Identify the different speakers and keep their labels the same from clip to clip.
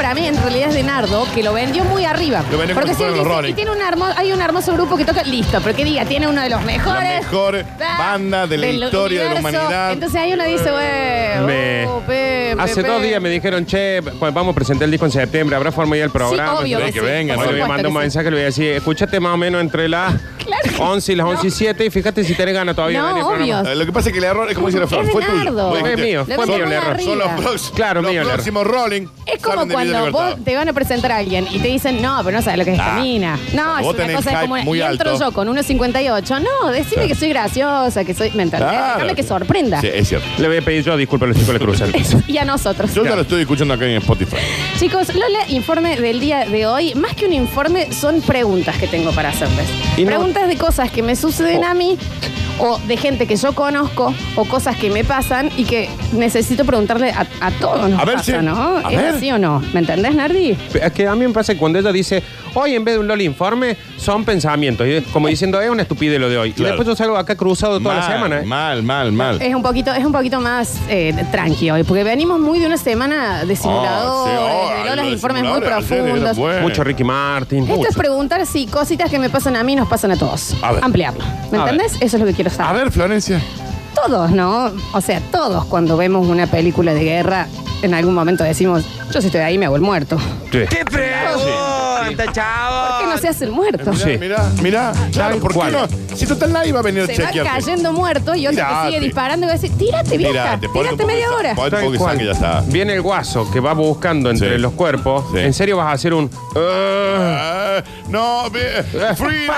Speaker 1: también en realidad es de Nardo, que lo vendió muy arriba.
Speaker 2: Lo vendió como
Speaker 1: Porque
Speaker 2: si fueran
Speaker 1: él
Speaker 2: los
Speaker 1: dice,
Speaker 2: Rolling.
Speaker 1: y tiene un hermoso, hay un hermoso grupo que toca, listo, pero que diga, tiene uno de los mejores.
Speaker 2: mejor
Speaker 1: Ah,
Speaker 2: banda de la
Speaker 1: del
Speaker 2: historia de la
Speaker 1: universo.
Speaker 2: humanidad.
Speaker 1: Entonces ahí uno dice,
Speaker 3: Me-
Speaker 1: güey, oh, pe, pe,
Speaker 3: Hace
Speaker 1: pe.
Speaker 3: dos días me dijeron, che, pues vamos a presentar el disco en septiembre, habrá forma ya el programa.
Speaker 1: Sí, obvio
Speaker 2: que vengan,
Speaker 1: por
Speaker 3: Bueno, le
Speaker 1: supuesto
Speaker 3: mando un
Speaker 1: que sí.
Speaker 3: mensaje, le voy a decir, escúchate más o menos entre las
Speaker 1: Claro.
Speaker 3: 11 y las 11 y 7 y fíjate si tenés ganas todavía de
Speaker 1: No,
Speaker 3: venir al programa.
Speaker 1: obvio.
Speaker 2: Eh, Lo que pasa es que el error es como dice la Fran,
Speaker 1: Es de
Speaker 2: fue tuyo.
Speaker 1: Nardo.
Speaker 2: Vos
Speaker 3: Fue
Speaker 2: dijiste,
Speaker 3: mío,
Speaker 1: Lo
Speaker 3: fue
Speaker 1: vemos
Speaker 3: mío el
Speaker 1: más
Speaker 3: error.
Speaker 1: arriba.
Speaker 2: Son los, prox-
Speaker 3: Claro,
Speaker 2: los
Speaker 3: mío el error.
Speaker 2: próximos Rolling.
Speaker 1: Es como
Speaker 2: salen de Villa
Speaker 1: cuando
Speaker 2: Libertad.
Speaker 1: vos te van a presentar a alguien y te dicen, no, pero no sabes lo que es esta
Speaker 2: Ah.
Speaker 1: mina. No,
Speaker 2: Vos
Speaker 1: es una
Speaker 2: tenés
Speaker 1: cosa es
Speaker 2: hype
Speaker 1: como una-
Speaker 2: muy
Speaker 1: y entro
Speaker 2: alto.
Speaker 1: yo con 1.58. No, decime que soy graciosa, que soy. ¿Me entendés?
Speaker 2: Claro.
Speaker 1: Déjame que sorprenda.
Speaker 2: Sí, es cierto.
Speaker 3: Le voy a pedir yo disculpas a los chicos de Cruzan.
Speaker 1: Y a nosotros.
Speaker 2: Yo ya lo estoy escuchando acá en Spotify.
Speaker 1: Chicos, Lola, informe del día de hoy. Más que un informe, son preguntas que tengo para hacerles.
Speaker 3: Y no-
Speaker 1: preguntas de cosas que me suceden
Speaker 3: Oh.
Speaker 1: a mí, o de gente que yo conozco, o cosas que me pasan y que necesito preguntarle a, a todos. Nos
Speaker 2: A ver
Speaker 1: pasa,
Speaker 2: si-
Speaker 1: ¿no?
Speaker 2: a
Speaker 1: ¿Es
Speaker 2: ver.
Speaker 1: así o no? ¿Me entendés, Nardi?
Speaker 3: Es que a mí me pasa que cuando ella dice, hoy en vez de un LOL informe, son pensamientos. Y es como diciendo, es una estupidez lo de hoy. Y
Speaker 2: Claro.
Speaker 3: después yo salgo acá cruzado toda
Speaker 2: mal,
Speaker 3: la semana. ¿eh?
Speaker 2: mal, mal, mal.
Speaker 1: Es un poquito, es un poquito más eh, tranqui hoy, porque venimos muy de una semana de simuladores,
Speaker 2: sí, oh,
Speaker 1: de Lolas
Speaker 2: los
Speaker 1: informes muy
Speaker 2: simuladores, ayer era
Speaker 1: profundos.
Speaker 2: bueno.
Speaker 3: Mucho Ricky Martin.
Speaker 1: Esto es
Speaker 3: mucho.
Speaker 1: preguntar si cositas que me pasan a mí nos pasan a todos.
Speaker 2: A ver.
Speaker 1: Ampliarlo. ¿Me
Speaker 3: A ver.
Speaker 1: entendés? Eso es lo que quiero
Speaker 2: A
Speaker 1: saber.
Speaker 2: ver, Florencia.
Speaker 1: Todos, ¿no? O sea, todos cuando vemos una película de guerra, en algún momento decimos, yo si estoy ahí me hago el muerto.
Speaker 3: Sí.
Speaker 4: ¡Qué pregunta, chavo!
Speaker 1: ¿Por qué no se hace el muerto?
Speaker 3: Sí.
Speaker 2: Mirá, mirá. Claro, ¿por qué
Speaker 3: cual.
Speaker 2: no? Si total nadie va a venir a
Speaker 1: Se va
Speaker 2: chequearte.
Speaker 1: cayendo muerto y otro que
Speaker 2: Tirate.
Speaker 1: sigue disparando y va a decir, tírate, vieja,
Speaker 2: Mirá, te ponete
Speaker 1: tírate
Speaker 2: un poco de
Speaker 1: media
Speaker 2: sa-
Speaker 1: hora.
Speaker 2: ponete un
Speaker 3: Tal
Speaker 2: poco de
Speaker 3: cual.
Speaker 2: sangre y ya está.
Speaker 3: Viene el guaso que va buscando entre
Speaker 2: Sí.
Speaker 3: los cuerpos.
Speaker 2: Sí.
Speaker 3: ¿En serio vas a hacer un... "Ah"?
Speaker 2: Ah, no, ve-
Speaker 3: Eh.
Speaker 2: freedom.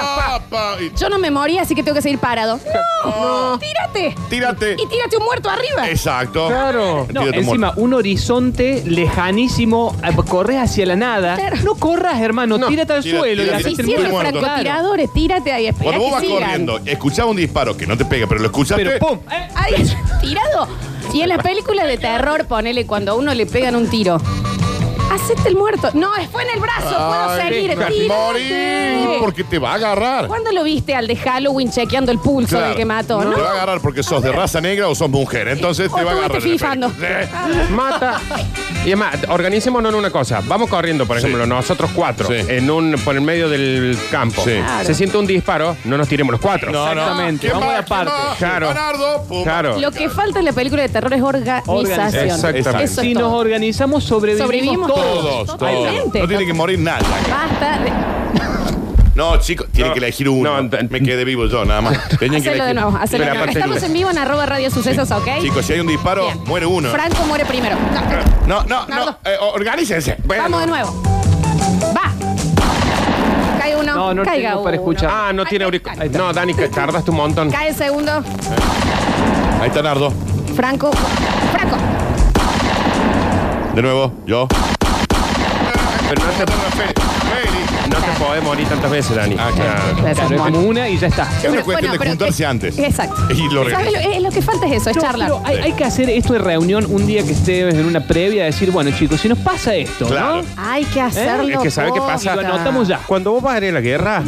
Speaker 2: pa, y
Speaker 1: Yo no me morí, así que tengo que seguir parado. ¡No! ¡Tírate!
Speaker 2: Tírate.
Speaker 1: Y tírate un muerto arriba.
Speaker 2: Exacto.
Speaker 3: Claro.
Speaker 2: Tírate
Speaker 5: No,
Speaker 2: un
Speaker 5: encima,
Speaker 2: muerto.
Speaker 5: un horizonte lejanísimo, eh, corres hacia la nada.
Speaker 1: Claro.
Speaker 5: No corras, hermano,
Speaker 3: No.
Speaker 5: tírate al
Speaker 2: Tira-
Speaker 5: suelo. y
Speaker 2: tira-
Speaker 5: haces
Speaker 1: Si
Speaker 2: tira-
Speaker 5: el
Speaker 2: tira-
Speaker 1: siempre
Speaker 5: muerto.
Speaker 2: muerto.
Speaker 5: Claro.
Speaker 1: francotiradores, tírate ahí, espera
Speaker 2: Cuando vos
Speaker 1: que
Speaker 2: vas
Speaker 1: sigan.
Speaker 2: corriendo, escuchás un disparo que no te pega, pero lo escuchaste.
Speaker 5: Pero pum, eh,
Speaker 1: Ahí, tirado. Y en las películas de terror, ponele cuando a uno le pegan un tiro. Hacete el muerto. No, es- fue en el brazo, puedo
Speaker 2: Ay,
Speaker 1: seguir.
Speaker 2: nunca.
Speaker 1: Tírate.
Speaker 2: Morí, porque te va a agarrar.
Speaker 1: ¿Cuándo lo viste al de Halloween chequeando el pulso
Speaker 2: Claro.
Speaker 1: del que mató? No.
Speaker 2: Te va a agarrar porque sos de raza negra o sos mujer. Entonces
Speaker 1: O
Speaker 2: te va a
Speaker 1: estuviste fifando.
Speaker 2: agarrar. Sí.
Speaker 3: Mata. Y es más, organicémonos en una cosa. Vamos corriendo, por ejemplo, nosotros cuatro,
Speaker 2: Sí.
Speaker 3: en un, por el medio del campo.
Speaker 2: Sí.
Speaker 1: Claro.
Speaker 3: Se siente un disparo, no nos tiremos los cuatro.
Speaker 5: No, no. Exactamente,
Speaker 2: ¿Quién
Speaker 5: vamos
Speaker 2: va?
Speaker 5: de aparte.
Speaker 2: ¿Quién va?
Speaker 3: Claro.
Speaker 2: Leonardo, pum.
Speaker 3: Claro.
Speaker 1: Lo que falta en la película de terror es organización.
Speaker 3: Organización.
Speaker 1: Eso
Speaker 2: Exactamente.
Speaker 1: es
Speaker 5: si nos
Speaker 1: todo.
Speaker 5: organizamos, sobrevivimos,
Speaker 1: Sobrevivimos
Speaker 2: Todos, todos.
Speaker 1: Totalmente.
Speaker 2: No tiene que morir nadie.
Speaker 1: Basta. de-
Speaker 2: No, chicos, tiene
Speaker 3: No.
Speaker 2: que elegir uno.
Speaker 3: No, ent-
Speaker 2: Me quedé vivo yo, nada más. Tenían que
Speaker 1: Hacelo de
Speaker 2: elegir.
Speaker 1: nuevo. hacelo de
Speaker 3: Pero
Speaker 1: nuevo.
Speaker 3: aparte-
Speaker 1: Estamos en vivo en arroba radio sucesos, ¿ok?
Speaker 2: Chicos, si hay un disparo,
Speaker 1: Bien.
Speaker 2: muere uno.
Speaker 1: Franco muere primero.
Speaker 2: No, no, no.
Speaker 1: Nardo.
Speaker 2: Eh, organícense. Bueno.
Speaker 1: Vamos de nuevo. Va. Cae uno.
Speaker 5: No, no
Speaker 1: caiga
Speaker 5: tengo para
Speaker 1: uno.
Speaker 5: escuchar.
Speaker 3: Ah, no tiene
Speaker 1: Ahí
Speaker 3: auric-
Speaker 1: está.
Speaker 3: No, Dani, que tardaste un montón.
Speaker 1: Cae el segundo.
Speaker 2: Ahí está Nardo.
Speaker 1: Franco. Franco.
Speaker 2: De nuevo, yo.
Speaker 3: Pero no te,
Speaker 2: Rafael. Feli.
Speaker 3: no te podés morir tantas veces, Dani.
Speaker 2: Ah, claro.
Speaker 3: Ah,
Speaker 1: Gracias,
Speaker 5: Claro, es
Speaker 1: Juan.
Speaker 5: como una y ya está.
Speaker 2: Es una cuestión de
Speaker 1: pero-
Speaker 2: juntarse
Speaker 1: eh,
Speaker 2: antes.
Speaker 1: Exacto.
Speaker 2: Y lo organizan.
Speaker 1: ¿Sabes lo, eh, lo que falta es eso, es
Speaker 5: No,
Speaker 1: charlar.
Speaker 5: pero hay, hay que hacer esto de reunión un día que estés en una previa, decir, bueno, chicos, si nos pasa esto,
Speaker 2: Claro.
Speaker 5: ¿no?
Speaker 1: Hay que hacerlo.
Speaker 3: Es que ¿sabe qué pasa?
Speaker 5: Y ¿Eh? lo anotamos ya.
Speaker 3: Cuando vos vas a ir a la guerra,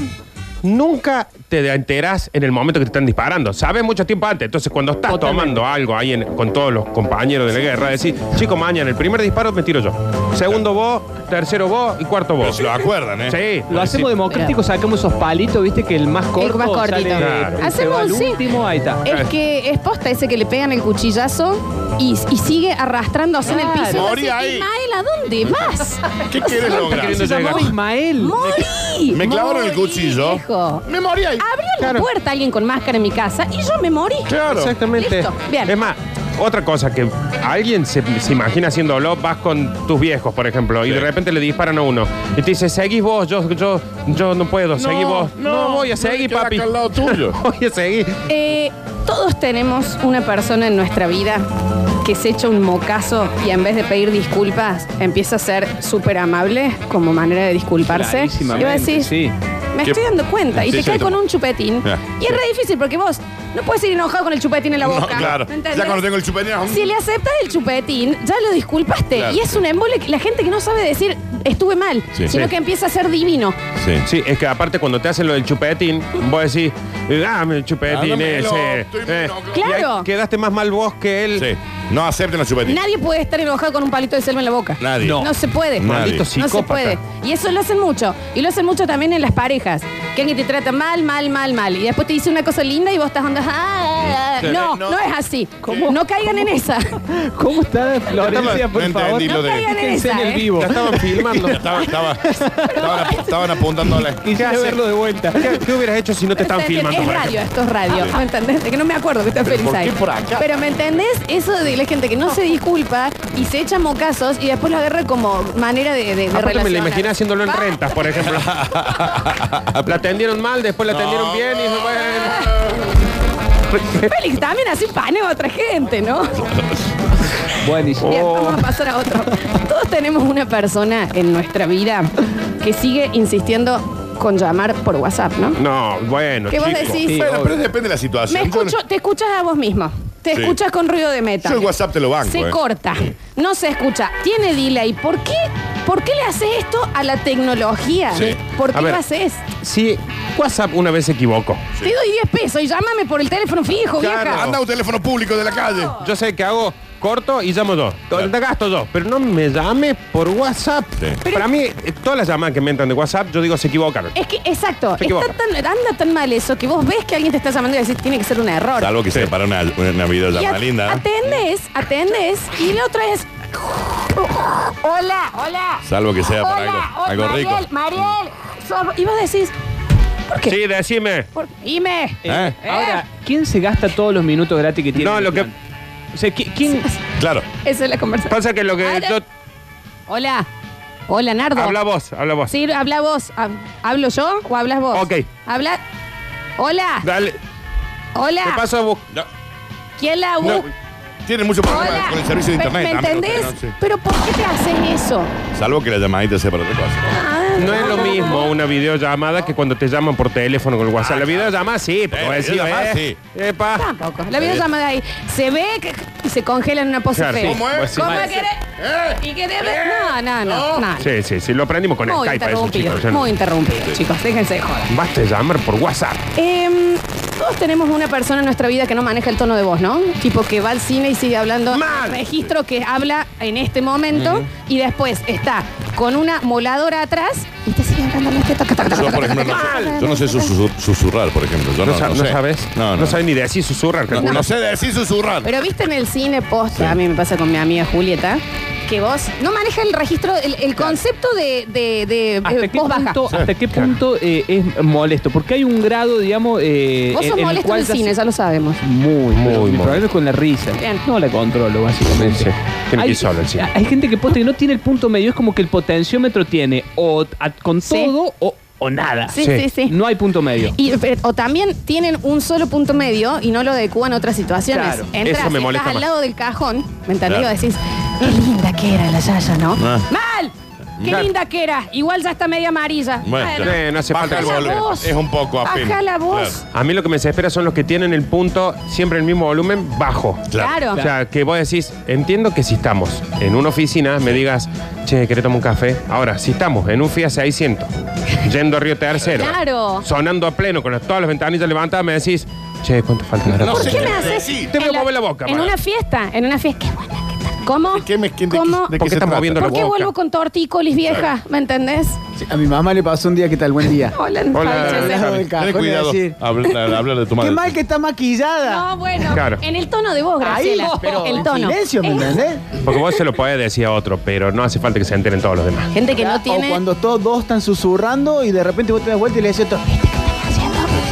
Speaker 3: nunca te enterás en el momento que te están disparando. Sabes mucho tiempo antes. Entonces, cuando estás tomando algo ahí en- con todos los compañeros de la guerra, decís, chico, mañana el primer disparo me tiro yo. Segundo vos, tercero vos y cuarto
Speaker 2: Pero
Speaker 3: vos.
Speaker 2: se lo acuerdan, ¿eh?
Speaker 3: Sí.
Speaker 5: Lo hacemos democrático, sacamos esos palitos, viste, que el más corto.
Speaker 1: más cortito.
Speaker 5: sale-
Speaker 3: Claro.
Speaker 5: se
Speaker 1: Hacemos
Speaker 5: va al
Speaker 1: un sí. Eh,
Speaker 5: último, ahí está.
Speaker 1: Es que es posta ese que le pegan el cuchillazo y, y sigue arrastrando así en el
Speaker 5: Claro.
Speaker 1: piso.
Speaker 2: Morí
Speaker 1: Así,
Speaker 2: ahí.
Speaker 1: Ismael, ¿a dónde vas?
Speaker 2: ¿Qué quieres lograr?
Speaker 3: queriendo
Speaker 5: Se llamó
Speaker 3: llegar.
Speaker 5: Ismael.
Speaker 1: ¡Morí!
Speaker 2: Me clavaron el
Speaker 1: Morí,
Speaker 2: cuchillo.
Speaker 1: viejo. Ah,
Speaker 2: Me morí ahí.
Speaker 1: Abrió la
Speaker 3: Claro.
Speaker 1: puerta alguien con máscara en mi casa y yo me morí.
Speaker 2: Claro.
Speaker 3: Exactamente.
Speaker 1: Listo, bien.
Speaker 3: Es más, otra cosa que alguien se, se imagina haciéndolo, vas con tus viejos, por ejemplo, y
Speaker 2: Sí.
Speaker 3: de repente le disparan a uno. Y te dice, seguís vos, yo, yo, yo no puedo, seguís vos. No, voy a seguir,
Speaker 2: queda
Speaker 3: papi.
Speaker 2: acá al lado tuyo.
Speaker 3: voy a seguir.
Speaker 1: Eh, todos tenemos una persona en nuestra vida que se echa un mocazo y en vez de pedir disculpas empieza a ser súper amable como manera de disculparse. Y va a
Speaker 5: Clarísimamente,
Speaker 1: decir,
Speaker 5: sí.
Speaker 1: me
Speaker 2: ¿Qué-
Speaker 1: estoy dando cuenta. Y
Speaker 2: Sí,
Speaker 1: te
Speaker 2: sí,
Speaker 1: cae
Speaker 2: sí.
Speaker 1: con un chupetín.
Speaker 2: Ya,
Speaker 1: y es re difícil porque vos no puedes ir enojado con el chupetín en la
Speaker 2: No,
Speaker 1: boca.
Speaker 2: claro.
Speaker 1: ¿me entendés?
Speaker 2: Ya cuando tengo el chupetín.
Speaker 1: Si le aceptas el chupetín, ya lo disculpaste.
Speaker 2: Claro.
Speaker 1: Y es un embole que la gente que no sabe decir estuve mal,
Speaker 2: Sí.
Speaker 1: sino
Speaker 2: Sí.
Speaker 1: que empieza a ser divino.
Speaker 2: Sí.
Speaker 3: Sí, es que aparte cuando te hacen lo del chupetín, vos decís, dame el chupetín
Speaker 2: Dámelo,
Speaker 3: ese.
Speaker 2: estoy muy
Speaker 3: eh".
Speaker 2: loco.
Speaker 3: Y ahí
Speaker 1: Claro.
Speaker 3: quedaste más mal vos que él.
Speaker 2: Sí. No acepten la chupetita.
Speaker 1: Nadie puede estar enojado con un palito de selva en la boca.
Speaker 2: Nadie.
Speaker 5: No.
Speaker 1: No se puede.
Speaker 2: Nadie.
Speaker 1: No se
Speaker 5: psicópata.
Speaker 1: puede. Y eso lo hacen mucho. Y lo hacen mucho también en las parejas. Que alguien te trata mal, mal, mal, mal. Y después te dice una cosa linda y vos estás onda. "Ah, no, no,
Speaker 2: no.
Speaker 1: es así.
Speaker 5: ¿Cómo?
Speaker 1: No caigan en esa.
Speaker 5: ¿Cómo está Florencia,
Speaker 2: Estaba-
Speaker 5: por
Speaker 2: no
Speaker 5: favor?
Speaker 2: entendí lo de-
Speaker 1: No caigan en
Speaker 5: Fíjense
Speaker 1: esa,
Speaker 5: en el
Speaker 1: ¿eh?
Speaker 5: vivo.
Speaker 3: La estaban filmando.
Speaker 2: Estaba- estaba- estaban, ap- estaban apuntándole.
Speaker 5: Quisiera
Speaker 3: hace?
Speaker 5: verlo de vuelta.
Speaker 3: ¿Qué, qué hubieras hecho si no te
Speaker 1: Pero
Speaker 3: están
Speaker 1: se entiende,
Speaker 3: filmando? por
Speaker 1: Es radio, esto
Speaker 3: ejemplo?
Speaker 1: es radio. ¿Me entendés? Es que no me acuerdo que está feliz
Speaker 2: Ah, por
Speaker 1: ahí.
Speaker 2: qué por acá?
Speaker 1: Pero ¿me entendés? Eso de la gente que no se disculpa y se echa mocazos y después lo agarra como manera de, de, de
Speaker 3: Aparte me la imaginé
Speaker 1: relacionar.
Speaker 3: haciéndolo en
Speaker 1: Va.
Speaker 3: rentas, por ejemplo. la atendieron mal, después la atendieron bien y dijo, bueno.
Speaker 1: Félix también hace paneo a otra gente, ¿no?
Speaker 5: Buenísimo.
Speaker 3: Oh.
Speaker 1: Bien,
Speaker 2: Oh.
Speaker 1: vamos a pasar a otro. Todos tenemos una persona en nuestra vida que sigue insistiendo con llamar por WhatsApp, ¿no?
Speaker 3: No, bueno.
Speaker 1: ¿Qué vos
Speaker 3: chico.
Speaker 1: decís?
Speaker 5: Sí,
Speaker 2: Bueno,
Speaker 5: obvio.
Speaker 2: pero depende de la situación.
Speaker 1: Me
Speaker 2: Yo-
Speaker 1: escucho, te escuchas a vos mismo. Te
Speaker 2: Sí.
Speaker 1: escuchas con ruido de meta.
Speaker 2: Yo el WhatsApp te lo banco,
Speaker 1: Se
Speaker 2: eh.
Speaker 1: corta. No se escucha. Tiene delay. ¿Por qué? ¿Por qué le haces esto a la tecnología?
Speaker 2: Sí.
Speaker 1: ¿Por qué
Speaker 3: A ver.
Speaker 1: lo haces?
Speaker 3: Sí, WhatsApp una vez se equivocó.
Speaker 1: Te doy 10 pesos y llámame por el teléfono fijo,
Speaker 3: Claro.
Speaker 1: vieja.
Speaker 2: Anda a un teléfono público de la calle.
Speaker 3: Yo sé que hago corto y llamo yo.
Speaker 2: Claro.
Speaker 3: Te gasto yo. Pero no me llame por WhatsApp.
Speaker 2: Sí.
Speaker 3: Para mí, eh, todas las llamadas que me entran de WhatsApp, yo digo, se equivocaron.
Speaker 1: Es que, exacto, está
Speaker 3: Se equivoca.
Speaker 1: tan, anda tan mal eso que vos ves que alguien te está llamando y decís, tiene que ser un error.
Speaker 2: Salvo que se para una, una
Speaker 1: Y
Speaker 2: videollamada
Speaker 1: at-
Speaker 2: linda. ¿no?
Speaker 1: Atendés, atendés. Y la otra es. Hola, hola.
Speaker 2: Salvo que sea para
Speaker 1: hola,
Speaker 2: algo- algo
Speaker 1: Mariel,
Speaker 2: rico.
Speaker 1: Mariel. sos- Y vos decís. ¿Por qué?
Speaker 3: Sí, decime.
Speaker 1: Por- Dime.
Speaker 2: ¿Eh?
Speaker 5: Ahora, ¿quién se gasta todos los minutos gratis que tiene?
Speaker 3: Ah. No,
Speaker 5: en el
Speaker 3: lo que-
Speaker 5: plan? O sea, ¿qui- ¿quién...?
Speaker 2: Claro.
Speaker 1: Esa es la conversación.
Speaker 3: Pasa que lo que
Speaker 1: Ahora-
Speaker 3: yo...
Speaker 1: Hola. Hola, Nardo.
Speaker 3: Habla vos, habla vos.
Speaker 1: Sí, habla vos. Hab- ¿Hablo yo o hablas vos?
Speaker 3: Ok.
Speaker 1: Habla. Hola.
Speaker 3: Dale, te
Speaker 1: hola.
Speaker 3: paso a bus-
Speaker 2: No,
Speaker 1: ¿Quién la
Speaker 2: no,
Speaker 1: bu-
Speaker 2: tienen mucho problema
Speaker 1: Uh. Hola.
Speaker 2: con el servicio de
Speaker 1: ¿Me-
Speaker 2: internet.
Speaker 1: ¿Me
Speaker 2: también,
Speaker 1: entendés?
Speaker 2: ¿no? Sí.
Speaker 1: Pero ¿por qué te haces eso?
Speaker 2: Salvo que la llamadita sea para otra cosa.
Speaker 3: No es
Speaker 1: Ah.
Speaker 3: lo mismo una videollamada que cuando te llaman por teléfono con el WhatsApp. La videollamada sí, pero
Speaker 2: Eh,
Speaker 3: vos decís,
Speaker 2: videollamada,
Speaker 3: eh, epa.
Speaker 1: Tampoco. La videollamada ahí. Se ve que y se congela en una pose
Speaker 3: Claro,
Speaker 1: fea.
Speaker 3: Pues sí.
Speaker 2: ¿Cómo es?
Speaker 1: ¿Cómo
Speaker 2: Sí.
Speaker 1: querés?
Speaker 2: ¿Eh?
Speaker 1: ¿Y querés ver? No, no, no. no.
Speaker 3: Sí, sí, sí, lo aprendimos con
Speaker 1: Muy
Speaker 3: Skype. a esos
Speaker 1: interrumpido.
Speaker 3: chicos, ya no-
Speaker 1: Muy interrumpido, chicos. Déjense de joder.
Speaker 3: Basta de llamar por WhatsApp.
Speaker 1: Em, todos tenemos una persona en nuestra vida que no maneja el tono de voz, ¿no? Tipo que va al cine y sigue hablando.
Speaker 3: Mal.
Speaker 1: Registro que habla en este momento y después está con una moladora atrás y te sigue hablando. en este toca, toca, toca,
Speaker 2: Yo, por
Speaker 1: toca,
Speaker 2: ejemplo, no
Speaker 1: toca,
Speaker 2: sé,
Speaker 1: toca,
Speaker 2: yo no sé
Speaker 1: toca, toca.
Speaker 2: susur- susurrar, por ejemplo. Yo
Speaker 3: No,
Speaker 2: no,
Speaker 3: sa-
Speaker 2: no
Speaker 3: no
Speaker 2: sé.
Speaker 3: sabes.
Speaker 2: No, no.
Speaker 3: sabes ni decir susurrar.
Speaker 2: No,
Speaker 3: calculo.
Speaker 2: no sé decir susurrar.
Speaker 1: Pero viste en el cine post, a mí me pasa con mi amiga Julieta, que vos no maneja el registro, el, el concepto de, de, de,
Speaker 5: ¿Hasta
Speaker 1: eh,
Speaker 5: qué,
Speaker 1: voz baja.
Speaker 5: punto,
Speaker 3: Sí,
Speaker 5: ¿Hasta qué
Speaker 3: claro.
Speaker 5: punto eh, es molesto? Porque hay un grado, digamos... eh,
Speaker 1: Vos sos molesto en el
Speaker 5: ya
Speaker 1: cine,
Speaker 5: se-
Speaker 1: ya lo sabemos.
Speaker 5: Muy, muy,
Speaker 3: Muy
Speaker 5: Mi
Speaker 3: molesto.
Speaker 5: problema es con la risa.
Speaker 1: Bien.
Speaker 5: No la controlo,
Speaker 3: Sí,
Speaker 5: básicamente.
Speaker 3: tiene que
Speaker 5: Hay,
Speaker 3: ir solo el cine.
Speaker 5: hay gente que posta que no tiene el punto medio. Es como que el potenciómetro tiene o a- con
Speaker 1: Sí.
Speaker 5: todo o, o nada.
Speaker 1: Sí, sí,
Speaker 3: Sí.
Speaker 1: sí.
Speaker 5: No hay punto medio.
Speaker 1: Y, pero- o también tienen un solo punto medio y no lo adecuan a otras situaciones.
Speaker 5: Claro,
Speaker 1: Entras,
Speaker 3: eso me molesta
Speaker 1: estás al
Speaker 3: más.
Speaker 1: lado del cajón, ¿me entendés?
Speaker 2: Claro.
Speaker 1: Y decís, qué linda que era la Yaya, ¿no?
Speaker 2: Ah.
Speaker 1: ¡Mal! ¡Qué
Speaker 3: Claro.
Speaker 1: linda que era! Igual ya está media amarilla.
Speaker 2: Bueno,
Speaker 1: Bueno.
Speaker 2: claro.
Speaker 3: Eh, no hace
Speaker 2: Baja
Speaker 3: falta
Speaker 2: el
Speaker 1: Baja la
Speaker 2: volumen.
Speaker 1: voz.
Speaker 2: Es un poco
Speaker 1: Baja
Speaker 2: apelo.
Speaker 1: la voz.
Speaker 3: A mí lo que me desespera son los que tienen el punto siempre el mismo volumen bajo.
Speaker 1: Claro.
Speaker 3: O sea, que vos decís, entiendo que si estamos en una oficina, me digas, che, ¿querés tomar un café? Ahora, si estamos en un Fiat 600, yendo a Río Tercero,
Speaker 1: Claro.
Speaker 3: sonando a pleno con las- todas las ventanillas levantadas, me decís, che, ¿cuánto falta? para
Speaker 2: No
Speaker 1: ¿Por
Speaker 2: sé
Speaker 1: qué
Speaker 2: qué
Speaker 1: me
Speaker 2: te
Speaker 1: haces?
Speaker 2: decís.
Speaker 3: Te voy a
Speaker 1: en la-
Speaker 3: mover la boca,
Speaker 1: En
Speaker 3: Mara.
Speaker 1: una fiesta, en una fiesta. ¡Qué buena que está! ¿Cómo?
Speaker 2: ¿Qué me- qué- de qué-
Speaker 1: ¿Cómo?
Speaker 2: de
Speaker 3: ¿Por qué
Speaker 2: se
Speaker 3: estás
Speaker 2: trata?
Speaker 3: moviendo la
Speaker 1: ¿Por qué
Speaker 3: boca?
Speaker 1: vuelvo con tortícolis, vieja? ¿Me entendés?
Speaker 6: Sí, a mi mamá le pasó un día que tal buen día.
Speaker 1: Hola,
Speaker 3: Hola.
Speaker 1: Fabi,
Speaker 6: Al
Speaker 1: César.
Speaker 6: lado del cajón
Speaker 2: Ten
Speaker 6: y
Speaker 2: cuidado.
Speaker 6: decir,
Speaker 2: Habla habla de tu madre.
Speaker 6: Qué mal que está maquillada.
Speaker 1: No, bueno.
Speaker 3: Claro.
Speaker 1: En el tono de voz,
Speaker 6: Ahí,
Speaker 1: Graciela.
Speaker 6: pero
Speaker 1: el
Speaker 6: en
Speaker 1: tono.
Speaker 6: silencio, ¿me
Speaker 1: Es-
Speaker 6: entendés?
Speaker 3: Porque vos se lo podés decir a otro, pero no hace falta que se enteren todos los demás.
Speaker 1: Gente que no
Speaker 6: O
Speaker 1: tiene.
Speaker 6: cuando todos dos están susurrando y de repente vos te das vuelta y le decís esto.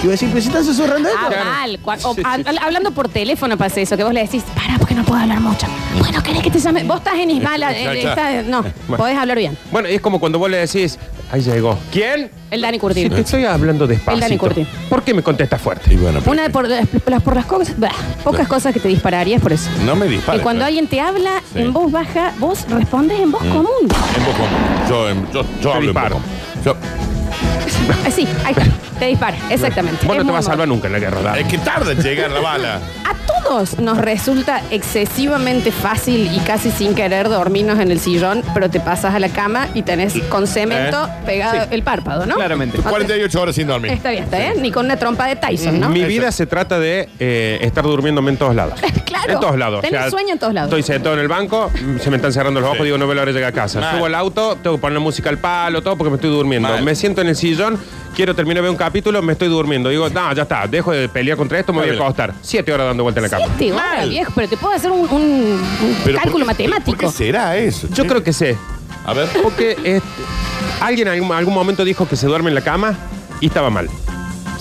Speaker 6: Y vos decís, pero si están susurrando esto.
Speaker 1: Ah, mal. Cua- o hab- Hablando por teléfono pasa eso, que vos le decís, para, porque no puedo hablar mucho. Bueno, ¿querés que te llame? Vos estás en Ismala. eh,
Speaker 2: Ya, ya.
Speaker 1: estás- no, podés hablar bien.
Speaker 3: Bueno, y es como cuando vos le decís, ahí llegó. ¿Quién?
Speaker 1: El Dani
Speaker 3: Si
Speaker 1: Curtino.
Speaker 3: te estoy hablando
Speaker 1: El Dani
Speaker 3: despacito.
Speaker 1: Curti.
Speaker 3: ¿Por qué me contestas fuerte?
Speaker 2: Y bueno, pues, pero-
Speaker 1: Una de por las, las- por las cosas, bah, pocas cosas que te dispararías por eso.
Speaker 2: No me
Speaker 1: Que
Speaker 2: dispares.
Speaker 1: cuando
Speaker 2: eh.
Speaker 1: alguien te habla
Speaker 2: Sí.
Speaker 1: en voz baja, vos respondes en
Speaker 3: Mm.
Speaker 1: voz común.
Speaker 2: En poco. Yo, en- yo, yo hablo en
Speaker 3: disparo.
Speaker 2: poco. Yo-
Speaker 1: Así, Eh, ahí está. Te dispara, exactamente.
Speaker 3: Vos no
Speaker 1: Es
Speaker 3: te
Speaker 1: muy
Speaker 3: vas a salvar
Speaker 1: amable.
Speaker 3: nunca en la guerra, Dani.
Speaker 2: Es que tarda en llegar la bala.
Speaker 1: A todos nos resulta excesivamente fácil y casi sin querer dormirnos en el sillón, pero te pasas a la cama y tenés con
Speaker 2: Eh.
Speaker 1: cemento pegado el párpado, ¿no?
Speaker 5: Claramente.
Speaker 1: No te-
Speaker 2: 48 horas sin dormir.
Speaker 1: Está bien, está bien. Ni con una trompa de Tyson, ¿no?
Speaker 3: Mi vida se trata de eh, estar durmiéndome en todos lados.
Speaker 1: Claro.
Speaker 3: En todos lados.
Speaker 1: Tenés sueño en todos lados.
Speaker 3: Estoy sentado en el banco, mm, se me están cerrando los ojos,
Speaker 2: Sí.
Speaker 3: digo, no veo la hora de llegar a casa.
Speaker 2: Mal.
Speaker 3: Subo al auto, tengo que poner música al palo, todo porque me estoy durmiendo.
Speaker 2: Mal.
Speaker 3: Me siento en el sillón, quiero terminar de ver un capítulo, me estoy durmiendo. Digo, no, ya está, dejo de pelear contra esto, me voy a
Speaker 2: Está bien.
Speaker 3: acostar. Siete horas dando vuelta en la cama.
Speaker 1: Siete horas,
Speaker 2: Mal.
Speaker 1: viejo, pero te puedo hacer un, un- un
Speaker 2: Pero ¿por
Speaker 1: cálculo
Speaker 2: qué-
Speaker 1: matemático.
Speaker 2: ¿Por qué será eso?
Speaker 3: Yo creo que sé,
Speaker 2: A ver.
Speaker 3: porque este, alguien en algún, algún momento dijo que se duerme en la cama y estaba mal.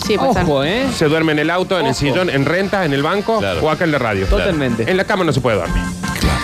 Speaker 1: Sí, pues, puede ser.
Speaker 5: Ojo, ¿eh?
Speaker 3: Se duerme en el auto, en el
Speaker 5: Ojo.
Speaker 3: sillón, en renta, en el banco
Speaker 2: Claro.
Speaker 3: o acá en la radio.
Speaker 5: Totalmente.
Speaker 3: En la cama no se puede dormir.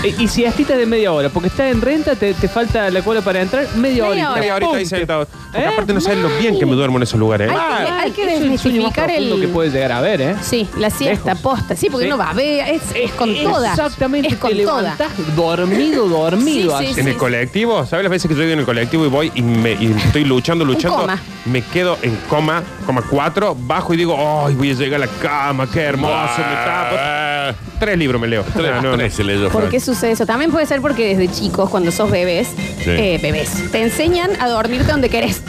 Speaker 5: Eh, Y, y si estás de media hora, porque estás en renta, te, te falta la cola para entrar, media,
Speaker 1: Media
Speaker 5: horita.
Speaker 1: hora.
Speaker 3: Estaría ahorita ahí
Speaker 5: ¡Pum!
Speaker 3: sentado. Porque
Speaker 5: Eh,
Speaker 3: aparte no sabes lo
Speaker 5: mal.
Speaker 3: bien que me duermo en esos lugares. ¿eh?
Speaker 1: Ay, Hay que- hay que
Speaker 5: Ah, Es el sueño más
Speaker 1: desmitificar
Speaker 5: profundo
Speaker 1: el-
Speaker 5: que puede llegar a ver, ¿eh?
Speaker 1: Sí, la siesta,
Speaker 5: Lejos.
Speaker 1: posta. Sí, porque
Speaker 5: Sí.
Speaker 1: uno va a ver, es, es con toda.
Speaker 5: Exactamente,
Speaker 1: Es con
Speaker 5: te
Speaker 1: toda.
Speaker 5: levantás dormido, dormido.
Speaker 1: Sí, sí,
Speaker 5: así.
Speaker 1: sí.
Speaker 3: En el colectivo, ¿sabes las veces que yo llego en el colectivo y voy y, me, y estoy luchando, luchando?
Speaker 1: coma.
Speaker 3: Me quedo en coma, coma 4, bajo y digo, ¡ay, voy a llegar a la cama! ¡Qué hermoso! me tapo".
Speaker 2: Ah,
Speaker 3: Tres libros me leo.
Speaker 2: Tres,
Speaker 3: No, no, no.
Speaker 2: tres se leyó,
Speaker 1: ¿Por
Speaker 2: Frank.
Speaker 1: qué sucede eso? También puede ser porque desde chicos, cuando sos bebés, eh, bebés, te enseñan a dormirte donde querés.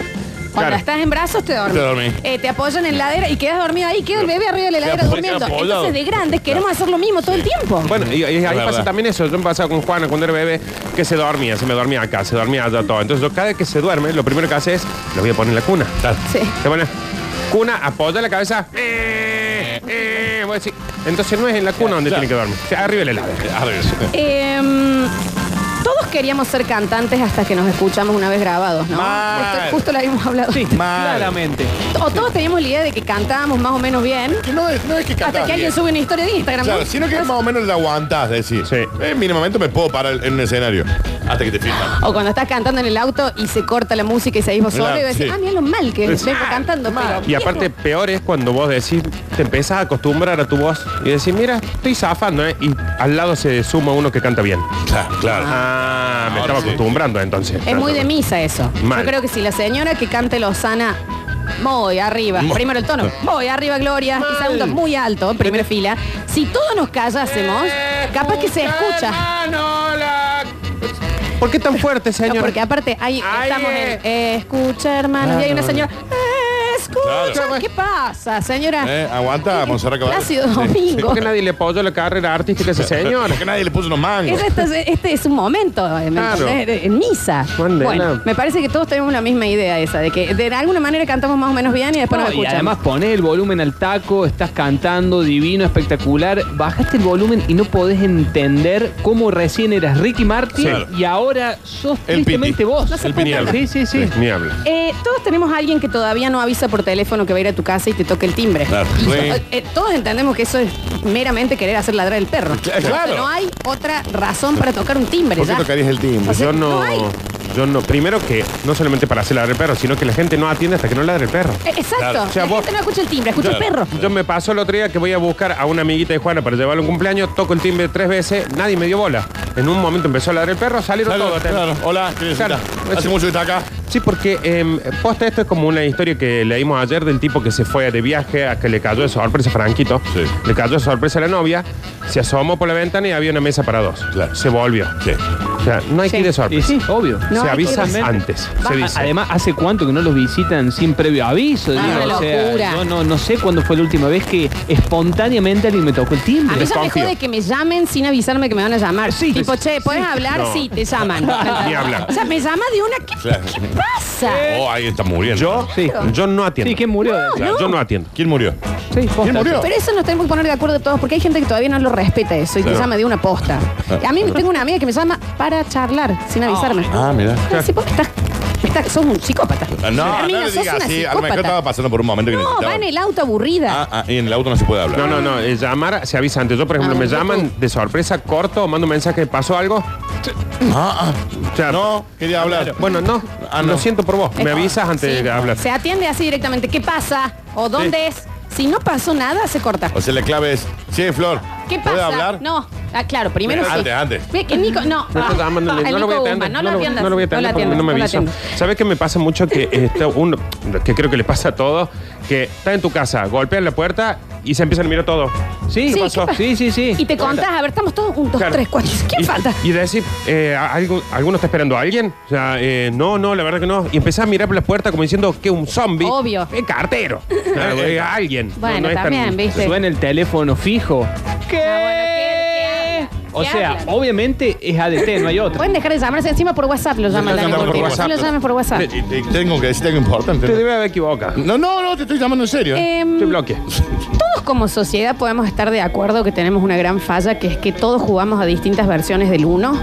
Speaker 1: Cuando
Speaker 3: Claro.
Speaker 1: estás en brazos, te dormís.
Speaker 2: Te dormís.
Speaker 1: Eh, te apoyan en la ladera y quedas dormido ahí, queda el bebé arriba de la ladera
Speaker 2: apoyan,
Speaker 1: durmiendo.
Speaker 2: apoyado.
Speaker 1: Entonces, de grandes, queremos hacer lo mismo todo el tiempo.
Speaker 3: Bueno, y, y ahí
Speaker 2: verdad.
Speaker 3: pasa también eso. Yo me pasaba con Juana cuando era bebé que se dormía, se me dormía acá, se dormía allá todo. Entonces yo cada vez que se duerme, lo primero que hace es, lo voy a poner en la cuna.
Speaker 1: Sí.
Speaker 3: Te pones cuna, apoya la cabeza. eh, eh, vos decís, Entonces no es en la cuna donde
Speaker 2: Claro.
Speaker 3: tiene que dormir. O sea, arriba del helado.
Speaker 2: A ver.
Speaker 1: Em, todos queríamos ser cantantes hasta que nos escuchamos una vez grabados, ¿no?
Speaker 2: Mal.
Speaker 1: Justo, justo lo habíamos hablado.
Speaker 5: Sí,
Speaker 2: Mal.
Speaker 5: claramente.
Speaker 1: O todos teníamos la idea de que cantábamos más o menos bien.
Speaker 2: Que No es, no es que
Speaker 1: Hasta
Speaker 2: cantás
Speaker 1: que alguien
Speaker 2: bien.
Speaker 1: sube una historia de Instagram. ¿no?
Speaker 2: Claro, sino que más o menos la aguantás, decir.
Speaker 3: Sí.
Speaker 2: En mínimamente me puedo parar en un escenario. Hasta que te filman.
Speaker 1: O cuando estás cantando en el auto y se corta la música y seguís vos solo
Speaker 2: Claro,
Speaker 1: y decís,
Speaker 2: sí.
Speaker 1: ah, mira lo mal que
Speaker 3: Sí.
Speaker 1: vengo cantando. pero,
Speaker 3: Y
Speaker 1: viejo,
Speaker 3: aparte, peor es cuando vos decís, te empezás a acostumbrar a tu voz y decís, mira, estoy zafando, ¿eh? Y al lado se suma uno que canta bien.
Speaker 2: Claro, claro.
Speaker 3: Ah,
Speaker 2: Ahora
Speaker 3: me estaba
Speaker 2: sí.
Speaker 3: acostumbrando entonces.
Speaker 1: Es muy de misa eso.
Speaker 3: Mal.
Speaker 1: Yo creo que si la señora que cante Lozana, muy arriba,
Speaker 2: Mo-
Speaker 1: primero el tono, muy arriba Gloria, y segundo muy alto, primera fila, si todos nos callásemos, capaz que se escucha.
Speaker 3: ¿Por qué tan fuerte,
Speaker 1: No,
Speaker 3: señor?
Speaker 1: porque aparte ahí
Speaker 3: Ay,
Speaker 1: estamos en eh, escucha, hermano, y hay una señora, "Eh, escucha,
Speaker 2: Claro.
Speaker 1: ¿qué pasa, señora?
Speaker 2: Eh, aguanta, Monserrat Caballero.
Speaker 1: Plácido
Speaker 2: Sí,
Speaker 1: Domingo.
Speaker 3: Porque nadie le apoyó la carrera artística a ese señor.
Speaker 2: Porque nadie le puso unos mangos.
Speaker 1: Es este, este es un momento, ¿me
Speaker 3: Claro.
Speaker 1: entendés? En misa.
Speaker 3: Juan de
Speaker 1: Bueno,
Speaker 3: la-
Speaker 1: me parece que todos tenemos la misma idea esa, de que de alguna manera cantamos más o menos bien y después
Speaker 5: No,
Speaker 1: nos
Speaker 5: y
Speaker 1: escuchamos.
Speaker 5: además pones el volumen al taco, estás cantando divino, espectacular, bajaste el volumen y no podés entender cómo recién eras Ricky Martin
Speaker 2: Sí.
Speaker 5: y ahora sos
Speaker 2: El
Speaker 5: tristemente
Speaker 2: Piti.
Speaker 5: vos.
Speaker 1: No se
Speaker 5: El
Speaker 1: puede
Speaker 5: Pini
Speaker 1: hablar.
Speaker 5: Sí, sí, sí.
Speaker 3: Ni habla.
Speaker 1: Eh, todos tenemos a alguien que todavía no avisa por teléfono que va a ir a tu casa y te toca el timbre.
Speaker 2: Claro.
Speaker 1: Y,
Speaker 2: Sí.
Speaker 1: eh, eh, todos entendemos que eso es meramente querer hacer ladrar el perro.
Speaker 2: Cla- claro.
Speaker 1: No hay otra razón para tocar un timbre.
Speaker 2: ¿Por qué
Speaker 1: ya.
Speaker 2: tocarías el timbre?
Speaker 1: O sea,
Speaker 3: Yo
Speaker 1: no
Speaker 3: no.
Speaker 1: hay.
Speaker 3: Yo no. Primero que no solamente para hacer ladrar el perro, sino que la gente no atiende hasta que no ladre el perro.
Speaker 1: Eh, Exacto.
Speaker 2: Claro.
Speaker 1: La
Speaker 3: O sea, vos-
Speaker 1: gente no escucha el timbre, escucha el perro.
Speaker 3: Yo me pasó el otro día que voy a buscar a una amiguita de Juana para llevarle un cumpleaños, toco el timbre tres veces, nadie me dio bola. En un momento empezó a ladrar el perro, salieron
Speaker 2: Claro,
Speaker 3: todos.
Speaker 2: claro. Hola, ¿qué
Speaker 3: Claro.
Speaker 2: necesitas?
Speaker 1: pues
Speaker 2: Hace mucho que está acá.
Speaker 3: Sí, porque em, posta esto es como una historia que leímos ayer del tipo que se fue de viaje a que le cayó de sorpresa Franquito.
Speaker 2: Sí.
Speaker 3: Le cayó de sorpresa a la novia, se asomó por la ventana y había una mesa para dos.
Speaker 2: Claro.
Speaker 3: Se volvió.
Speaker 2: Sí.
Speaker 3: O sea, no hay que ir de
Speaker 5: Y
Speaker 3: sorpresa.
Speaker 5: sí, obvio.
Speaker 1: No,
Speaker 3: se
Speaker 1: hay que
Speaker 3: avisa
Speaker 1: ir de-
Speaker 3: antes.
Speaker 5: Va-
Speaker 3: Se dice.
Speaker 5: Además, ¿hace cuánto que no los visitan sin previo aviso?
Speaker 1: Ah,
Speaker 5: digo?
Speaker 1: una
Speaker 5: O sea,
Speaker 1: locura.
Speaker 5: yo no, no sé cuándo fue la última vez que espontáneamente alguien me tocó el
Speaker 1: A
Speaker 5: timbre.
Speaker 1: mí ya me
Speaker 3: Desconfío.
Speaker 1: jode que me llamen sin avisarme que me van a llamar.
Speaker 5: Sí.
Speaker 1: tipo, che, ¿puedes hablar?
Speaker 3: No.
Speaker 1: Sí, te llaman.
Speaker 3: Ni hablar.
Speaker 1: O sea, me llama de una. ¿Qué,
Speaker 2: Claro.
Speaker 1: qué pasa?
Speaker 2: Oh, ahí está muriendo.
Speaker 3: Yo,
Speaker 5: Sí.
Speaker 3: yo no atiendo.
Speaker 5: Sí, que murió.
Speaker 3: O sea, Yo no atiendo.
Speaker 2: ¿Quién murió?
Speaker 5: Sí, posta.
Speaker 2: ¿Quién murió?
Speaker 1: Pero eso nos tenemos que poner de acuerdo todos, porque hay gente que todavía no lo respeta eso y te llama de una posta. A mí tengo una amiga que me llama para charlar, sin avisarme.
Speaker 2: Ah, mira.
Speaker 1: Ah, sí, porque estás, estás- sos un psicópata.
Speaker 2: Ah, No,
Speaker 1: Fermina,
Speaker 2: no le
Speaker 1: sos
Speaker 2: digas
Speaker 1: una
Speaker 2: así. A lo mejor
Speaker 1: psicópata.
Speaker 2: estaba pasando por un momento que
Speaker 1: No, va
Speaker 2: necesitaba.
Speaker 1: en el auto aburrida.
Speaker 2: Ah, ah, y en el auto no se puede hablar.
Speaker 3: No, no, no. eh, llamar se avisa antes. Yo, por ejemplo,
Speaker 1: Ah,
Speaker 3: me
Speaker 1: yo
Speaker 3: llaman de sorpresa, corto, mando un mensaje, ¿pasó algo?
Speaker 2: Ah,
Speaker 3: O sea, eh,
Speaker 2: ah, no, quería hablar.
Speaker 3: Bueno, no.
Speaker 2: Ah, no.
Speaker 3: Lo siento por vos. Me avisas antes
Speaker 1: Sí.
Speaker 3: de hablar.
Speaker 1: Se atiende así directamente. ¿Qué pasa? ¿O dónde es? Si no pasó nada, se corta.
Speaker 2: O sea, la clave es, sí, Flor,
Speaker 1: ¿Qué
Speaker 2: ¿puede
Speaker 1: pasa?
Speaker 2: hablar?
Speaker 1: No. Ah, claro, primero
Speaker 2: Pero
Speaker 1: sí.
Speaker 2: antes, antes.
Speaker 1: Ve que Nico, no.
Speaker 3: No,
Speaker 1: Ah,
Speaker 3: está llamándole,
Speaker 1: al
Speaker 3: no lo voy a
Speaker 1: Nico
Speaker 3: atender.
Speaker 1: Guzmán, No lo atiendas.
Speaker 3: no lo voy a
Speaker 1: No lo
Speaker 3: atender porque
Speaker 1: atiendas,
Speaker 3: no me
Speaker 1: no lo
Speaker 3: avisó.
Speaker 1: atiendas.
Speaker 3: ¿Sabes qué me pasa mucho? Que está uno, que creo que le pasa a todos, que está en tu casa, golpean la puerta y se empiezan a mirar todo.
Speaker 5: Sí,
Speaker 1: Sí, ¿qué
Speaker 5: pasó.
Speaker 1: pa-
Speaker 5: Sí, sí, sí.
Speaker 1: Y te contás, a ver, estamos todos un, dos,
Speaker 3: Claro.
Speaker 1: tres, cuatro. ¿Quién
Speaker 3: y,
Speaker 1: falta?
Speaker 3: Y decir, eh, ¿algo- ¿alguno está esperando a alguien? O sea, eh, no, no, la verdad que no. Y empezás a mirar por la puerta como diciendo que un zombie.
Speaker 1: Obvio.
Speaker 3: Es cartero. Claro, eh, alguien. No,
Speaker 1: Bueno,
Speaker 3: no es tan-
Speaker 1: también, ¿viste?
Speaker 5: Suena el teléfono fijo. ¿Qué?
Speaker 1: Ah, bueno, ¿qué- qué hablan?
Speaker 5: o
Speaker 1: ¿Qué
Speaker 5: sea,
Speaker 1: hablan?
Speaker 5: obviamente es ADT, no hay otro.
Speaker 1: Pueden dejar de llamarse encima por WhatsApp, lo llaman.
Speaker 2: lo
Speaker 1: Dani
Speaker 2: llaman por
Speaker 1: Curtino.
Speaker 2: WhatsApp.
Speaker 1: No lo llaman por WhatsApp.
Speaker 2: Te- te- tengo que decir algo importante.
Speaker 3: Te debe haber equivocado.
Speaker 2: No, no, no, te estoy llamando en serio. ¿eh?
Speaker 1: Em,
Speaker 3: Te bloqueé.
Speaker 1: todos como sociedad podemos estar de acuerdo que tenemos una gran falla, que es que todos jugamos a distintas versiones del 1.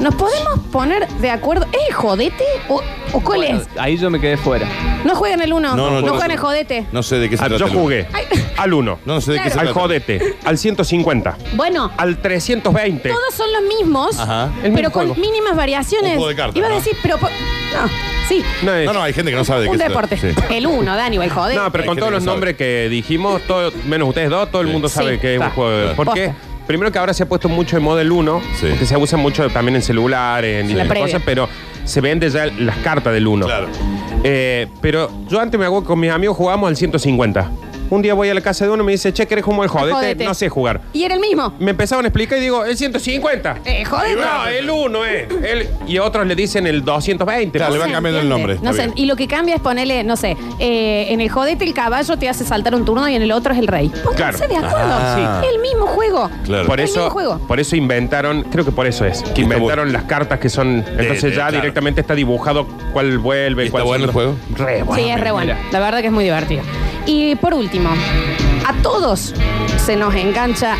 Speaker 1: ¿Nos podemos poner de acuerdo? ¿Es el jodete o, o cuál
Speaker 5: Bueno,
Speaker 1: es?
Speaker 5: ahí yo me quedé fuera.
Speaker 1: No juegan el 1, no,
Speaker 2: no, yo-
Speaker 1: juegan el jodete.
Speaker 2: No sé de qué se
Speaker 3: Ah,
Speaker 2: trata.
Speaker 3: Yo
Speaker 2: el-
Speaker 3: jugué
Speaker 1: Ay.
Speaker 3: al 1,
Speaker 2: No sé de qué
Speaker 1: Claro.
Speaker 2: se
Speaker 3: al
Speaker 2: trata.
Speaker 3: jodete, al 150,
Speaker 1: Bueno,
Speaker 3: al 320.
Speaker 1: todos son los mismos,
Speaker 2: Ajá.
Speaker 3: El mismo
Speaker 1: pero con
Speaker 3: juego.
Speaker 1: mínimas variaciones.
Speaker 2: Un juego de cartas,
Speaker 1: Iba a
Speaker 2: ¿no?
Speaker 1: decir, pero... po- No, sí,
Speaker 3: No, es-
Speaker 2: No, no, hay gente que no sabe de qué
Speaker 1: un
Speaker 2: se
Speaker 1: deporte.
Speaker 2: trata. Sí.
Speaker 1: El 1, Dani, o el jodete.
Speaker 3: No, pero
Speaker 2: Hay
Speaker 3: con
Speaker 2: gente
Speaker 3: todos
Speaker 2: que
Speaker 3: los
Speaker 2: sabe.
Speaker 3: nombres que dijimos, todo- menos ustedes dos, todo el
Speaker 2: Sí.
Speaker 3: mundo sabe
Speaker 1: Sí,
Speaker 3: que es
Speaker 1: está.
Speaker 3: un juego de... ¿Por qué?
Speaker 1: Posta.
Speaker 3: Primero que ahora se ha puesto mucho de moda el 1,
Speaker 2: Sí.
Speaker 3: que se usa mucho también en celulares, en
Speaker 1: La
Speaker 3: distintas
Speaker 1: previa.
Speaker 3: cosas, pero se venden ya las cartas del 1.
Speaker 2: Claro.
Speaker 3: Eh, pero yo antes me hago con mis amigos jugábamos al 150. Un día voy a la casa de uno y me dice, che, ¿querés jugar el jodete?
Speaker 1: Jodete.
Speaker 3: No sé jugar.
Speaker 1: Y era el mismo.
Speaker 3: Me empezaban a explicar y digo, el 150.
Speaker 1: Eh, jodete.
Speaker 3: No, el 1 es. El- y otros le dicen el 220.
Speaker 2: Claro,
Speaker 3: ¿no?
Speaker 2: le van
Speaker 1: se
Speaker 2: cambiando el
Speaker 1: entiende.
Speaker 2: nombre, está
Speaker 1: No se-
Speaker 2: bien.
Speaker 1: y lo que cambia es ponerle, no sé, eh, en el jodete el caballo te hace saltar un turno y en el otro es el rey. Pónganse
Speaker 3: Claro.
Speaker 1: de acuerdo.
Speaker 2: Ah.
Speaker 1: Sí. El mismo juego.
Speaker 2: Claro.
Speaker 3: Por
Speaker 1: El mismo
Speaker 3: eso,
Speaker 1: juego.
Speaker 3: por eso inventaron, creo que por eso es, que inventaron las cartas que son. Entonces
Speaker 2: de-
Speaker 3: ya
Speaker 2: claro.
Speaker 3: directamente está dibujado cuál vuelve,
Speaker 2: ¿Y está
Speaker 3: cuál
Speaker 2: bueno el
Speaker 3: son los-
Speaker 2: juego?
Speaker 3: Re bueno.
Speaker 1: sí, es re bueno.
Speaker 5: mira.
Speaker 1: La verdad que es muy divertido. Y por último, a todos se nos engancha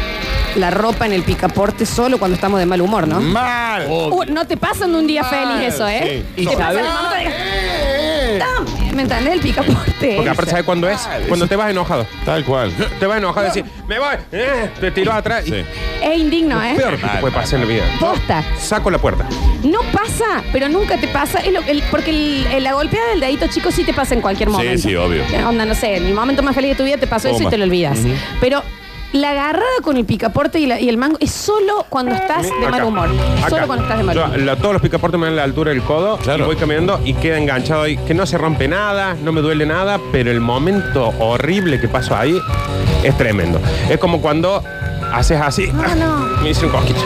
Speaker 1: la ropa en el picaporte solo cuando estamos de mal humor,
Speaker 3: Mm,
Speaker 1: ¿no?
Speaker 2: Mal.
Speaker 1: Uh, no te pasan un día
Speaker 2: Ah,
Speaker 1: feliz eso, ¿eh? Te
Speaker 5: sí. Y
Speaker 1: pasan
Speaker 5: sabes-
Speaker 1: el momento de... ¡Tam! ¿Me entendés? El picaporte.
Speaker 3: Porque aparte, ¿sabes cuándo es? Cuando te vas enojado.
Speaker 2: Tal cual.
Speaker 3: Te vas enojado y decís, me voy, eh, te tiras atrás. y-
Speaker 2: Sí.
Speaker 1: Es indigno, ¿eh?
Speaker 3: Peor que te
Speaker 2: Mal,
Speaker 3: puede
Speaker 2: mal,
Speaker 3: pasar en la vida.
Speaker 1: Posta.
Speaker 3: Saco la puerta.
Speaker 1: No pasa, pero nunca te pasa. Es lo- el- porque el- el- la golpeada del dedito chico sí te pasa en cualquier momento.
Speaker 2: sí, obvio.
Speaker 1: Eh, Onda, no sé, en el momento más feliz de tu vida te pasó eso y
Speaker 3: Toma.
Speaker 1: te lo olvidas. Pero la agarrada con el picaporte y, la- y el mango es solo cuando estás de mal
Speaker 3: Acá.
Speaker 1: humor.
Speaker 3: Acá.
Speaker 1: Solo cuando estás de mal
Speaker 3: Yo,
Speaker 1: humor.
Speaker 3: la- todos los picaportes me dan la altura del codo
Speaker 2: Claro.
Speaker 3: y voy caminando y queda enganchado ahí. Que no se rompe nada, no me duele nada, pero el momento horrible que paso ahí es tremendo. Es como cuando haces así. ah,
Speaker 1: No, no.
Speaker 3: me hice un cosquillo.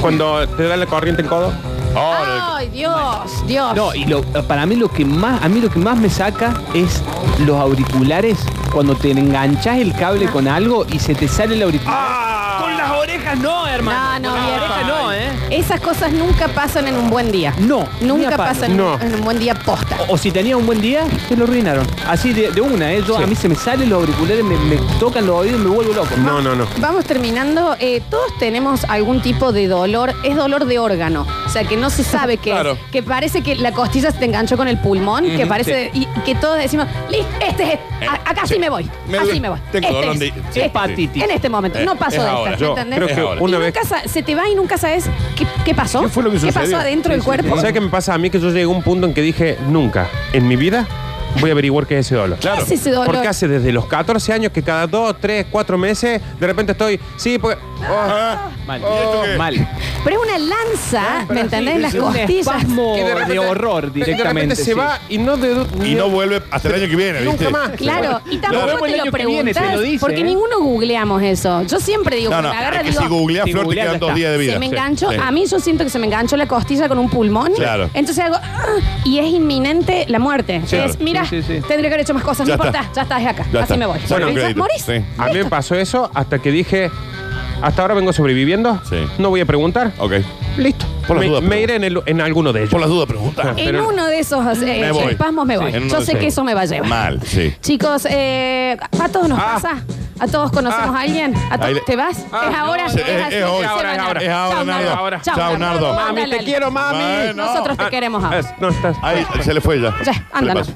Speaker 3: Cuando te da la corriente el codo.
Speaker 2: Oh,
Speaker 1: Ay, Dios, Dios.
Speaker 5: No, y lo- para mí lo que más, a mí lo que más me saca es los auriculares cuando te enganchas el cable con algo y se te sale el auricular. Ah,
Speaker 2: Ah,
Speaker 5: Con las orejas
Speaker 1: no,
Speaker 5: no,
Speaker 1: no,
Speaker 5: hermano. Con las
Speaker 1: bien.
Speaker 5: orejas no, ¿eh?
Speaker 1: Esas cosas nunca pasan en un buen día.
Speaker 5: No, ni
Speaker 1: Nunca
Speaker 5: a palo.
Speaker 1: pasan en un-
Speaker 3: No.
Speaker 1: en un buen día posta.
Speaker 5: O, o si tenía un buen día, te lo arruinaron. Así de, de una, ¿eh? Yo- A mí se me salen los auriculares, me, me tocan los oídos y me vuelvo loco.
Speaker 3: No, no, no.
Speaker 1: Vamos terminando. Eh, todos tenemos algún tipo de dolor. Es dolor de órgano. O sea, que no se sabe qué
Speaker 2: Claro.
Speaker 1: es. Que parece que la costilla se te enganchó con el pulmón. que parece. Y y que todos decimos, listo, este es. este. A- acá sí.
Speaker 2: Eh, sí.
Speaker 1: me voy.
Speaker 2: Me
Speaker 1: así
Speaker 2: duele.
Speaker 1: me voy.
Speaker 2: Tengo
Speaker 1: este
Speaker 2: dolor
Speaker 1: es.
Speaker 2: de-
Speaker 1: Este
Speaker 2: sí,
Speaker 1: es.
Speaker 5: hepatitis.
Speaker 1: En este momento.
Speaker 2: Eh,
Speaker 1: no paso
Speaker 2: es
Speaker 1: de
Speaker 2: ahora.
Speaker 1: esta.
Speaker 3: Yo
Speaker 1: ¿entendés?
Speaker 3: creo
Speaker 2: Es ahora.
Speaker 3: que
Speaker 1: Y
Speaker 3: una vez.
Speaker 1: nunca sa- se te va y nunca sabes qué, qué pasó.
Speaker 2: ¿Qué fue lo que sucedió?
Speaker 1: pasó adentro del cuerpo?
Speaker 3: ¿Sabes qué me pasa a mí? Que yo llegué a un punto en que dije, nunca en mi vida voy a averiguar qué es ese dolor.
Speaker 2: Claro.
Speaker 1: ¿Qué es ese dolor?
Speaker 3: Porque hace desde los 14 años que cada 2, 3, 4 meses de repente estoy, sí, porque...
Speaker 2: Ah.
Speaker 5: Mal.
Speaker 2: esto qué?
Speaker 5: Mal.
Speaker 1: Pero es una lanza, Ah, ¿me entendés? En las
Speaker 5: Es un
Speaker 1: costillas.
Speaker 5: espasmo
Speaker 3: Y
Speaker 5: Oh, de, horror directamente.
Speaker 3: De repente se
Speaker 5: sí.
Speaker 3: va y no... de-
Speaker 2: Y no vuelve hasta el año que viene, ¿viste?
Speaker 3: Nunca más.
Speaker 1: Claro, y
Speaker 5: Nos
Speaker 1: tampoco
Speaker 5: vemos el
Speaker 1: te lo
Speaker 5: año que viene, te
Speaker 1: preguntas
Speaker 5: lo dice,
Speaker 1: porque
Speaker 5: ¿eh?
Speaker 1: ninguno googleamos eso. Yo siempre digo,
Speaker 2: No, no,
Speaker 1: cuando me agarra,
Speaker 2: es que
Speaker 1: digo,
Speaker 2: si googleas,
Speaker 5: si
Speaker 2: Flor, te
Speaker 5: googleas,
Speaker 2: quedan
Speaker 5: ya
Speaker 2: dos
Speaker 5: está.
Speaker 2: días de vida.
Speaker 1: se me
Speaker 2: Sí.
Speaker 1: enganchó,
Speaker 2: Sí.
Speaker 1: a mí yo siento que se me enganchó la costilla con un pulmón.
Speaker 2: Claro.
Speaker 1: Entonces hago, "Ah", y es inminente la muerte.
Speaker 2: Claro.
Speaker 1: Es, mira,
Speaker 5: Sí, sí, sí.
Speaker 1: tendría que haber hecho más cosas,
Speaker 2: Ya
Speaker 1: no
Speaker 2: está.
Speaker 1: importa, ya estás acá,
Speaker 2: Ya
Speaker 1: así
Speaker 2: está.
Speaker 1: me voy.
Speaker 2: Bueno,
Speaker 1: ¿Morís?
Speaker 2: crédito.
Speaker 1: ¿Morís?
Speaker 2: Sí.
Speaker 3: A mí me pasó eso hasta que dije, hasta ahora vengo sobreviviendo,
Speaker 2: Sí.
Speaker 3: no voy a preguntar.
Speaker 2: Ok.
Speaker 3: Listo.
Speaker 2: Por las
Speaker 3: me,
Speaker 2: dudas,
Speaker 3: me
Speaker 2: pero-
Speaker 3: iré en, el- en alguno de ellos.
Speaker 2: Por las dudas, pregunta.
Speaker 3: Ah.
Speaker 1: En
Speaker 3: Pero-
Speaker 1: uno de esos eh,
Speaker 2: Me voy.
Speaker 1: espasmos Eh, me voy.
Speaker 2: en uno
Speaker 1: yo
Speaker 2: de
Speaker 1: sé
Speaker 2: esos.
Speaker 1: que eso me va a llevar.
Speaker 2: Mal, sí.
Speaker 1: Chicos, eh, a todos nos
Speaker 3: Ah.
Speaker 1: pasa. A todos conocemos
Speaker 3: Ah.
Speaker 1: a alguien. ¿A todos-
Speaker 2: Ahí le-
Speaker 1: ¿Te vas?
Speaker 3: Ah.
Speaker 1: es ahora.
Speaker 2: Sí, es-
Speaker 1: así,
Speaker 2: es hoy.
Speaker 1: se
Speaker 3: Ahora,
Speaker 1: van
Speaker 3: es
Speaker 1: a-
Speaker 3: ahora.
Speaker 2: Es ahora,
Speaker 1: Chao,
Speaker 2: Nardo.
Speaker 1: Nardo.
Speaker 2: Chao, Nardo.
Speaker 1: Nardo.
Speaker 3: Mami,
Speaker 1: Dale,
Speaker 3: te
Speaker 1: dale.
Speaker 3: quiero, mami.
Speaker 2: Bueno.
Speaker 1: Nosotros te queremos ahora.
Speaker 3: Ah, No estás.
Speaker 2: Ahí se le fue ya.
Speaker 1: Ya,
Speaker 2: Se le
Speaker 1: ándanos.
Speaker 2: pasó.